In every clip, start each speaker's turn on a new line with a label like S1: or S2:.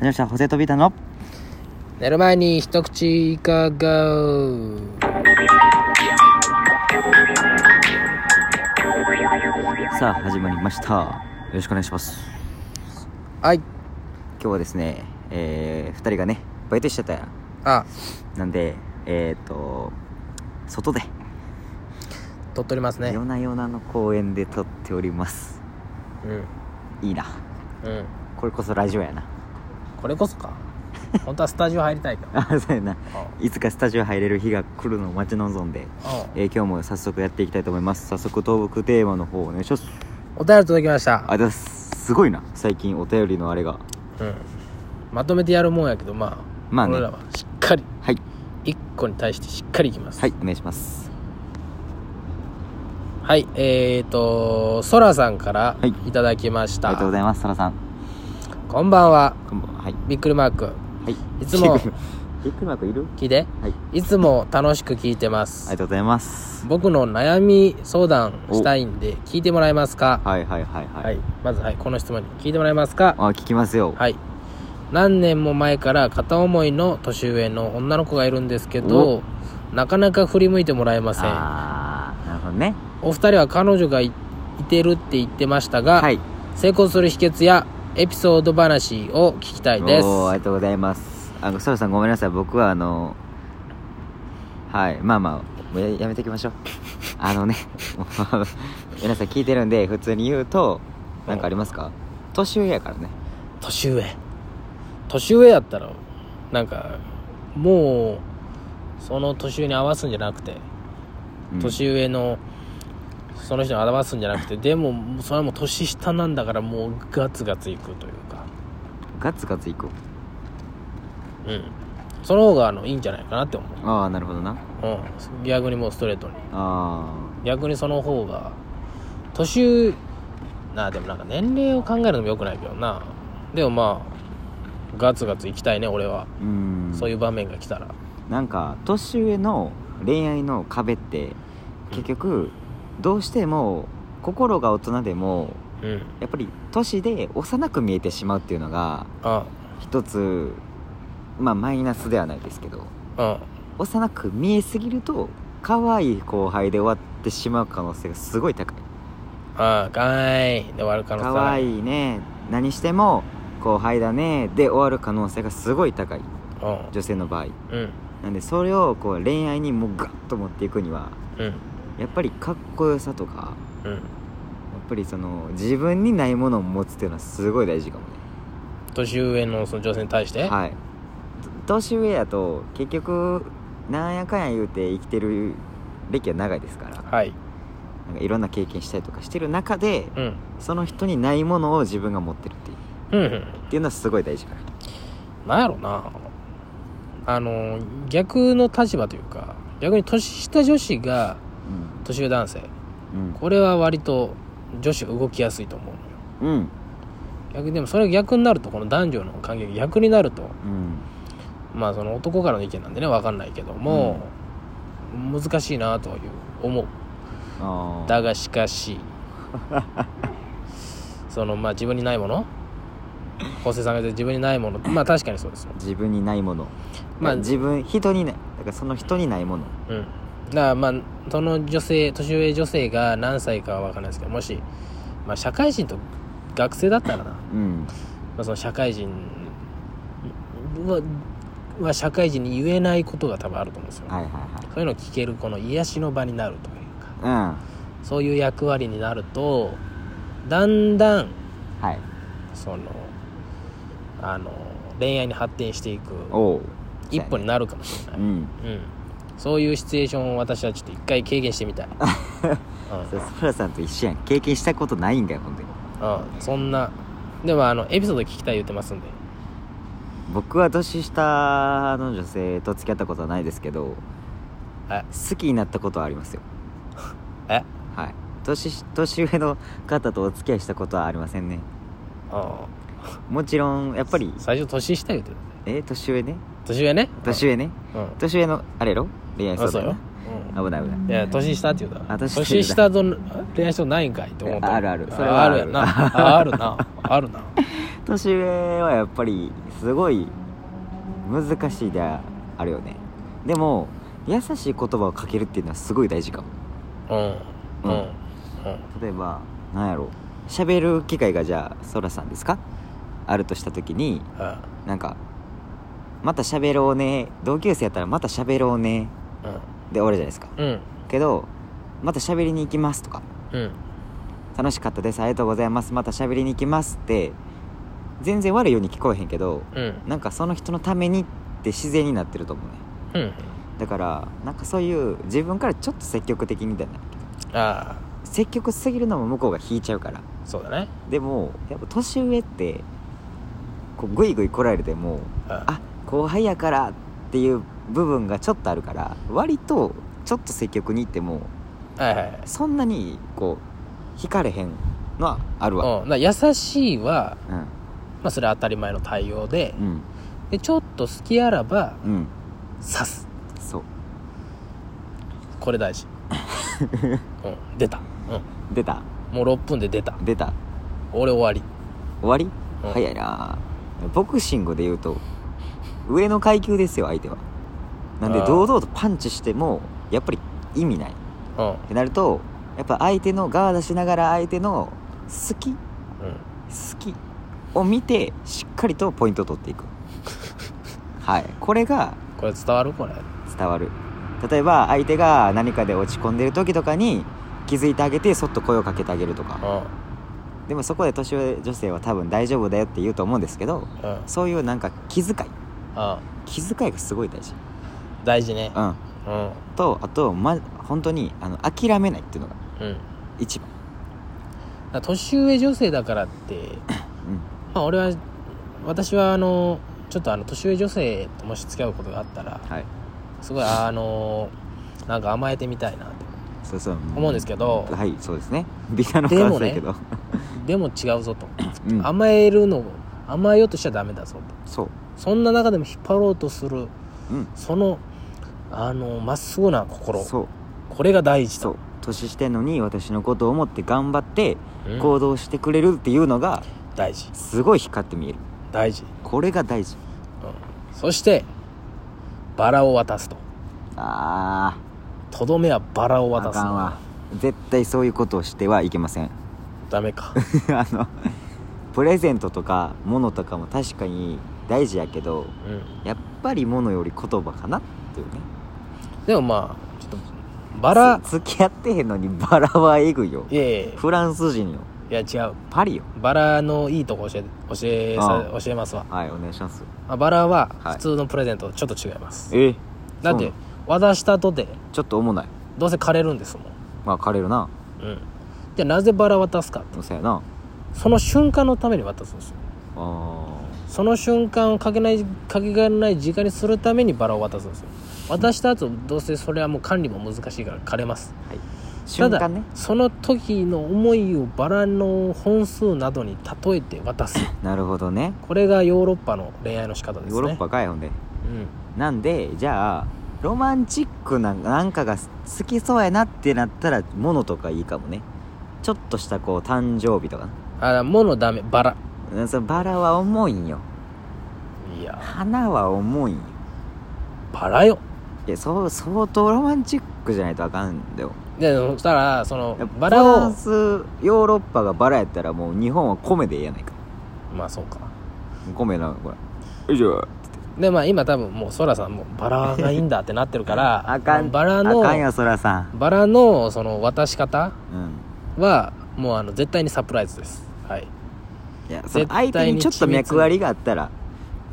S1: りましたホセトビタの
S2: 寝る前に一口いかが
S1: さあ始まりましたよろしくお願いします
S2: はい
S1: 今日はですねえー、2人がねバイトしちゃったや
S2: あ
S1: なんでえっ、ー、と外で
S2: 撮っとりますね
S1: 夜な夜なの公園で撮っております
S2: うん
S1: いいな
S2: うん
S1: これこそラジオやな
S2: これこそ か本当はスタジオ入りたいけど
S1: あそうやな
S2: あ
S1: いつかスタジオ入れる日が来るのを待ち望んで、
S2: あ
S1: えー今日も早速やっていきたいと思います早速トークテーマの方お願いします
S2: お便り届きました
S1: あだすすごいな最近お便りのあれが
S2: うんまとめてやるもんやけどまあ
S1: まあね
S2: 俺らはしっかり
S1: はい
S2: 一個に対してしっかりいきます
S1: はいお願いします
S2: はいえーとそらさんから
S1: はい
S2: いただきまし
S1: あ
S2: た、
S1: りがとうございますそらさん
S2: こんばんは
S1: こんばんははい
S2: びっくりマーク
S1: はい
S2: いつも
S1: ビッグマークいる
S2: 聞いて
S1: はい
S2: いつも楽しく聞いてま
S1: あり
S2: す
S1: がとうございます
S2: 僕の悩み相談したいんで聞いてもらえますか
S1: はいはいはいはい、
S2: はい、まず、はい、この質問に聞いてもらえますか
S1: あ聞きますよ
S2: はい何年も前から片思いの年上の女の子がいるんですけどなかなか振り向いてもらえません
S1: ああなるほどね
S2: お二人は彼女がいいてるって言ってましたが、
S1: はい
S2: 成功する秘訣やエピソード話を聞きたいです
S1: おーありがとうございますあのそらさんごめんなさい僕はあのはいまあまあもうややめておきま しょうあのね もう皆さん聞いてるんで普通に言うと何かありますか年上やからね
S2: 年上年上やったらなんかもうその年上に合わすんじゃなくて、
S1: うん
S2: 年上のその人に合わすんじゃな くてでもそれはもう年下なんだからもうガツガツいくというか
S1: ガツガツいこ
S2: うんその方があのいいんじゃないかなって思
S1: うああなるほどな
S2: う、うん、逆にもうストレートに
S1: あ
S2: 逆にその方が年上なあでもなんか年齢を考えるのもよくないけどなでもまあガツガツいきたいね俺は
S1: あうん
S2: そういう場面が来たら
S1: なんか年上の恋愛の壁って結局どうしても心が大人でも
S2: うん
S1: やっぱり年で幼く見えてしまうっていうのが
S2: あ
S1: 一つまあマイナスではないですけど
S2: うん
S1: 幼く見えすぎると可愛い後輩で終わってしまう可能性がすごい高い
S2: ああかーいで終わる可能性
S1: 可
S2: い
S1: 愛いね何しても後輩だねで終わる可能性がすごい高い女性の場合
S2: うんうん
S1: なんでそれをこう恋愛にもうガッと持っていくには
S2: うん
S1: やっぱりかっこよさとか
S2: うん
S1: やっぱりその自分にないものを持つっていうのはすごい大事かもね
S2: 年上のその女性に対して、
S1: はいと年上やと結局なんやかんや言うて生きてる歴は長いですから
S2: はい、
S1: なんかいろんな経験したりとかしてる中で
S2: うん
S1: その人にないものを自分が持ってるっていう
S2: うんうん
S1: っていうのはすごい大事かな
S2: なんやろなあの逆の立場というか逆に年下女子が年上男性
S1: うん
S2: これは割と女子が動きやすいと思うのよ
S1: うんうん
S2: 逆にでもそれが逆になるとこの男女の関係が逆になると
S1: うん
S2: まあその男からの意見なんでね分かんないけども、難しいなとはいう思う
S1: あ
S2: だ
S1: あ
S2: がしか しそのまあ自分にないもの昴生さんが言って自分にないものまあ確かにそうですよ、
S1: 自分にないもの
S2: ま
S1: ま
S2: あ
S1: あ自分人にないだからその人にないもの
S2: うん、だからまあその女性年上女性が何歳かは分かんないですけどもし、まあ、社会人と学生だったらな、ま
S1: うん
S2: あ、その社会人はは社会人に言えないことが多分あると思うんですよ、
S1: はいはいはい
S2: そういうのを聞けるこの癒しの場になるという
S1: う
S2: か
S1: んは
S2: そういう役割になるとだんだ
S1: い
S2: んそのあの恋愛に発展していく
S1: おう
S2: 一歩になるかもしれな
S1: う
S2: い、
S1: ん
S2: うん、そういうシチュエーションを私はちょっと一回経験して みたい、うん
S1: そそらさんと一緒やん経験したことないんかよほんで
S2: うん、そんなでもあのエピソード聞きたい言ってますんで
S1: 僕は年下の女性と付き合ったことはないですけど
S2: え
S1: 好きになったことはありますよ
S2: え
S1: はい年し年上の方とお付き合いしたことはありませんね
S2: うん
S1: もちろんやっぱり
S2: 最初年下言ってた
S1: えー年上ね
S2: 年上ね
S1: 年上ね
S2: うん、
S1: 年上のあれやろ恋愛
S2: うん、あ
S1: 相
S2: そう
S1: 談
S2: よ
S1: な、危ない危ない
S2: うん、いや年下って言うた
S1: あ年下
S2: 年下と恋愛したことないんかいって思った
S1: あるある
S2: そ
S1: そ
S2: れ
S1: れ
S2: は
S1: は
S2: あ
S1: あ
S2: る
S1: る
S2: やんなああるなあるな
S1: 年上はやっぱりすごい難しいであるよねでも優しい言葉をかけるっていうのはすごい大事かも
S2: うんうん
S1: う
S2: うんん
S1: 例えばなんやろう喋る機会がじゃあそらさんですかあるとした時に
S2: は
S1: なんか「また喋ろうね」同級生やったら「また喋ろうね
S2: いうん」
S1: で終わるじゃないですか
S2: うん
S1: けど「また喋りに行きます」とか
S2: うん
S1: 「楽しかったですありがとうございますまた喋りに行きます」って全然悪いように聞こえへんけど
S2: うん
S1: なんかその人のためにって自然になってると思うね
S2: うん
S1: だからなんかそういう自分からちょっと積極的にみたいな
S2: ああ
S1: 積極すぎるのも向こうが引いちゃうから
S2: そうだね
S1: でもやっぱ年上ってこうグイグイ来られても
S2: あ
S1: あ後輩やからっていう部分がちょっとあるから割とちょっと積極に行っても
S2: はいはい
S1: そんなにこう引かれへんのはあるわ
S2: うん、だから優しいは、
S1: うん
S2: まあ、それは当たり前の対応で
S1: うん
S2: でちょっと好きあらば
S1: うん
S2: 刺す
S1: そう
S2: これ大 事、うん、出た、う
S1: 出た
S2: ん、もう6分で出た
S1: 出た
S2: 俺終わり
S1: 終わり、
S2: うん
S1: 早いなボクシングで言うと上の階級ですよ相手はなんで
S2: あー
S1: 堂々とパンチしてもやっぱり意味ないっ
S2: うんう
S1: てなるとやっぱ相手のガードしながら相手の好き
S2: ん
S1: 好きを見てしっかりとポイントを取っていくはいこれが
S2: これ伝わるこれ
S1: 伝わる例えば相手が何かで落ち込んでる時とかに気づいてあげてそっと声をかけてあげるとか
S2: う
S1: でもそこで年上女性は多分大丈夫だよって言うと思うんですけど
S2: んうん
S1: そういうなんか気遣い
S2: うん
S1: 気遣いがすごい大事
S2: 大事ね
S1: うん
S2: うん
S1: とあと、ま、本当にあの諦めないっていうのが
S2: うんだか
S1: 一番
S2: ら年上女性だからってまあ俺は私はあのちょっとあの年上女性ともし付き合うことがあったら
S1: うんはい
S2: すごいあのなんか甘えてみたいなって
S1: そうそう
S2: 思うんですけど
S1: はいそうですね ビタの
S2: で
S1: 感
S2: もね
S1: 想やけど、
S2: でも違うぞと
S1: うん
S2: 甘えるの甘えようとしちゃダメだぞと
S1: そう
S2: そんな中でも引っ張ろうとする
S1: うん
S2: そのあのまっすぐな心
S1: そう
S2: これが大事
S1: そ
S2: と
S1: う年下やのに私のことを思って頑張って
S2: うん
S1: 行動してくれるっていうのが
S2: 大事
S1: すごい光って見える
S2: 大事
S1: これが大事
S2: そしてバラを渡すと
S1: あ
S2: とどめはバラを
S1: ーあ
S2: 渡す
S1: かんわ
S2: の
S1: 絶対そういうことをしてはいけません
S2: ダメか
S1: あのプレゼントとか物とかも確かに大事やけど
S2: うん
S1: やっぱり物より言葉かなっていうね
S2: でもまあちょっとバラ
S1: つ付き合ってへんのにバラはえぐいよ
S2: いやいやい
S1: フランス人よ
S2: やいや違う
S1: パリよ
S2: バラのいいとこ教え教えさ
S1: あ
S2: 教えますわ
S1: はいお願いします
S2: あバラは
S1: はい
S2: 普通のプレゼントとちょっと違います、
S1: え
S2: だって渡したとて
S1: ちょっと重ない
S2: どうせ枯れるんですも
S1: まあ枯れるなん
S2: うんじゃあなぜバラ渡すかって
S1: そうやな
S2: その瞬間のために渡すんですよ
S1: あ
S2: その瞬間をかけないかけがえのない時間にするためにバラを渡すんですよ渡した後どうせそれはもう管理も難しいから枯れます
S1: ーはい瞬間ね
S2: ただその時の思いをバラの本数などに例えて渡す
S1: なるほどね
S2: これがヨーロッパの恋愛の仕方です
S1: ヨ
S2: ね
S1: ーロッパかいほんで
S2: うん
S1: なんでじゃあロマンチックななんかが好きそうやなってなったら物とかいいかもねちょっとしたこう誕生日とか
S2: あものダメバラ
S1: なそのバラは重いんよ
S2: いや
S1: 花は重いんよ
S2: バラよ
S1: いやそう相当ロマンチックじゃないとあかんんだよ
S2: でそしたらそのバ
S1: フラ
S2: ラを
S1: ンスヨーロッパがバラやったらもう日本は米でええやないか
S2: まあそうか
S1: 米なこれ以上
S2: でまあ今多分もうソラさんもバラがいいんだってなってるから
S1: あかん
S2: バラ
S1: あかん
S2: の
S1: よそらさん
S2: バラのその渡し方
S1: うん
S2: はもうあの絶対にサプライズですはい
S1: いやその
S2: 絶対
S1: 相
S2: に
S1: 手にちょっと
S2: 緻密に
S1: 脈割りがあったら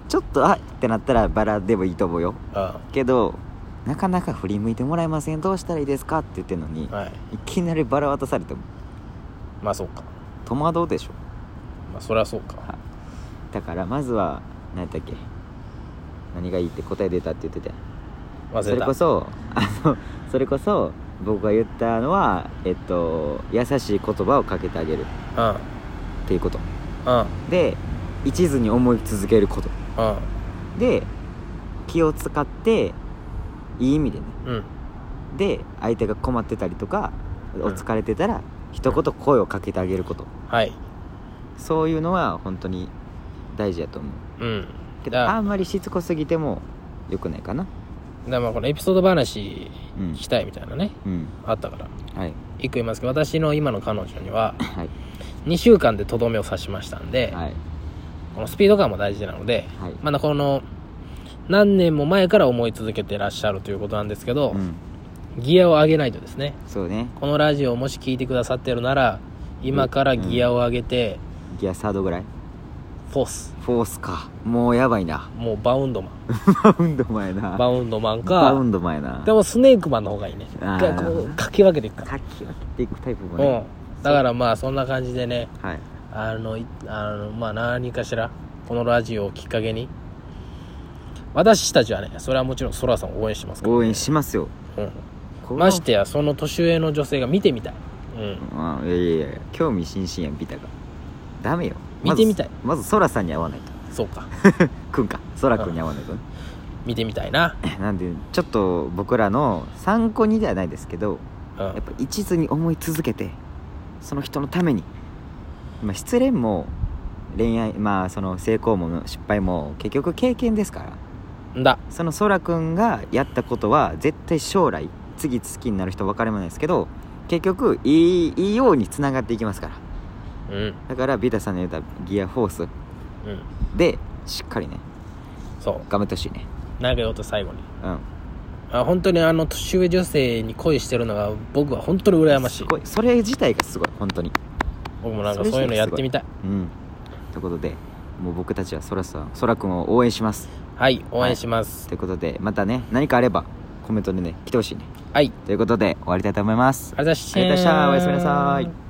S1: ちょっとあってなったらバラでもいいと思うよ
S2: う
S1: けどなかなか振り向いてもらえませんどうしたらいいですかって言ってんのに
S2: んはい
S1: いきなりバラ渡されても
S2: まあそうか
S1: 戸惑うでしょ
S2: まあそりゃそうか
S1: だからまずは何やったっけ何がいいって答え出たって言ってたやんそ
S2: 忘れ
S1: れ
S2: た
S1: こそあのそれこそ僕が言ったのはえっと優しい言葉をかけてあげる
S2: うん
S1: っていうこと
S2: うん
S1: で一途に思い続けることで気を使っていい意味でね
S2: うんうん
S1: で相手が困ってたりとか
S2: ん
S1: お疲れてたら一言声をかけてあげること
S2: はい
S1: そういうのは本当に大事やと思う
S2: うん
S1: けど
S2: だ
S1: あんまりしつこすぎてもよくないかな
S2: だからまあこのエピソード話
S1: うん
S2: 聞きたいみたいなね、
S1: うん
S2: あったから
S1: はい
S2: 一個言いますけど私の今の彼女に は
S1: はい
S2: 2週間でとどめを刺しましたんで、
S1: はい
S2: このスピード感も大事なので、
S1: はい
S2: まだこの何年も前から思い続けてらっしゃるということなんですけど、
S1: うん
S2: ギアを上げないとですね
S1: そうね
S2: このラジオをもし聞いてくださってるなら今からギアを上げて、
S1: ギアサードぐらい
S2: フォース
S1: フォースかもうやばいな
S2: もうバウンドマ
S1: バウンド前な
S2: ンバウンドマン
S1: バウ
S2: か
S1: ンド前な
S2: でもスネークマンの方がいいね
S1: あー
S2: がこうかき分けていくから
S1: かき分けていくタイプも
S2: うん
S1: ね、
S2: だからまあそんな感じでね
S1: はい
S2: あのいあのまあ何かしらこのラジオをきっかけに私たちはねそれはもちろんソラさんを応援してますから、
S1: 応援しますよこ
S2: うん、
S1: の
S2: ましてやその年上の女性が見てみたい、うん、
S1: あいやいやいや興味津々やんビタがダメよ
S2: 見てみたい
S1: まずまずソラさんに会わないと
S2: そうか
S1: くんかソラくんに会わないとね、
S2: 見てみたいな、
S1: なんでちょっと僕らの参考にではないですけど
S2: う
S1: やっ
S2: ん、
S1: ぱ一途に思い続けてその人のために、まあ、失恋も恋愛まあその成功も失敗も結局経験ですから
S2: んだ
S1: そのソラくんがやったことは絶対将来次好きになる人分かれもないですけど結局いいいいようにつながっていきますから
S2: うんうん
S1: だからビタさんの言うたギアフォースでしっかりね
S2: そう
S1: 頑張ってほしいね
S2: 投げようと最後に
S1: うん
S2: あ本当にあの年上女性に恋してるのが僕は本当に羨ましい
S1: すごいそれ自体がすごい本当に
S2: 僕もなんかそういうのやってみたい
S1: うんということでもう僕たちはソラさんソラくんを応援します
S2: はい応援します
S1: ということでまたね何かあればコメントでね来てほしいね
S2: はい、
S1: ということで終わりたいと思います
S2: ありがとうございました
S1: ありがとうございましたおやすみなさい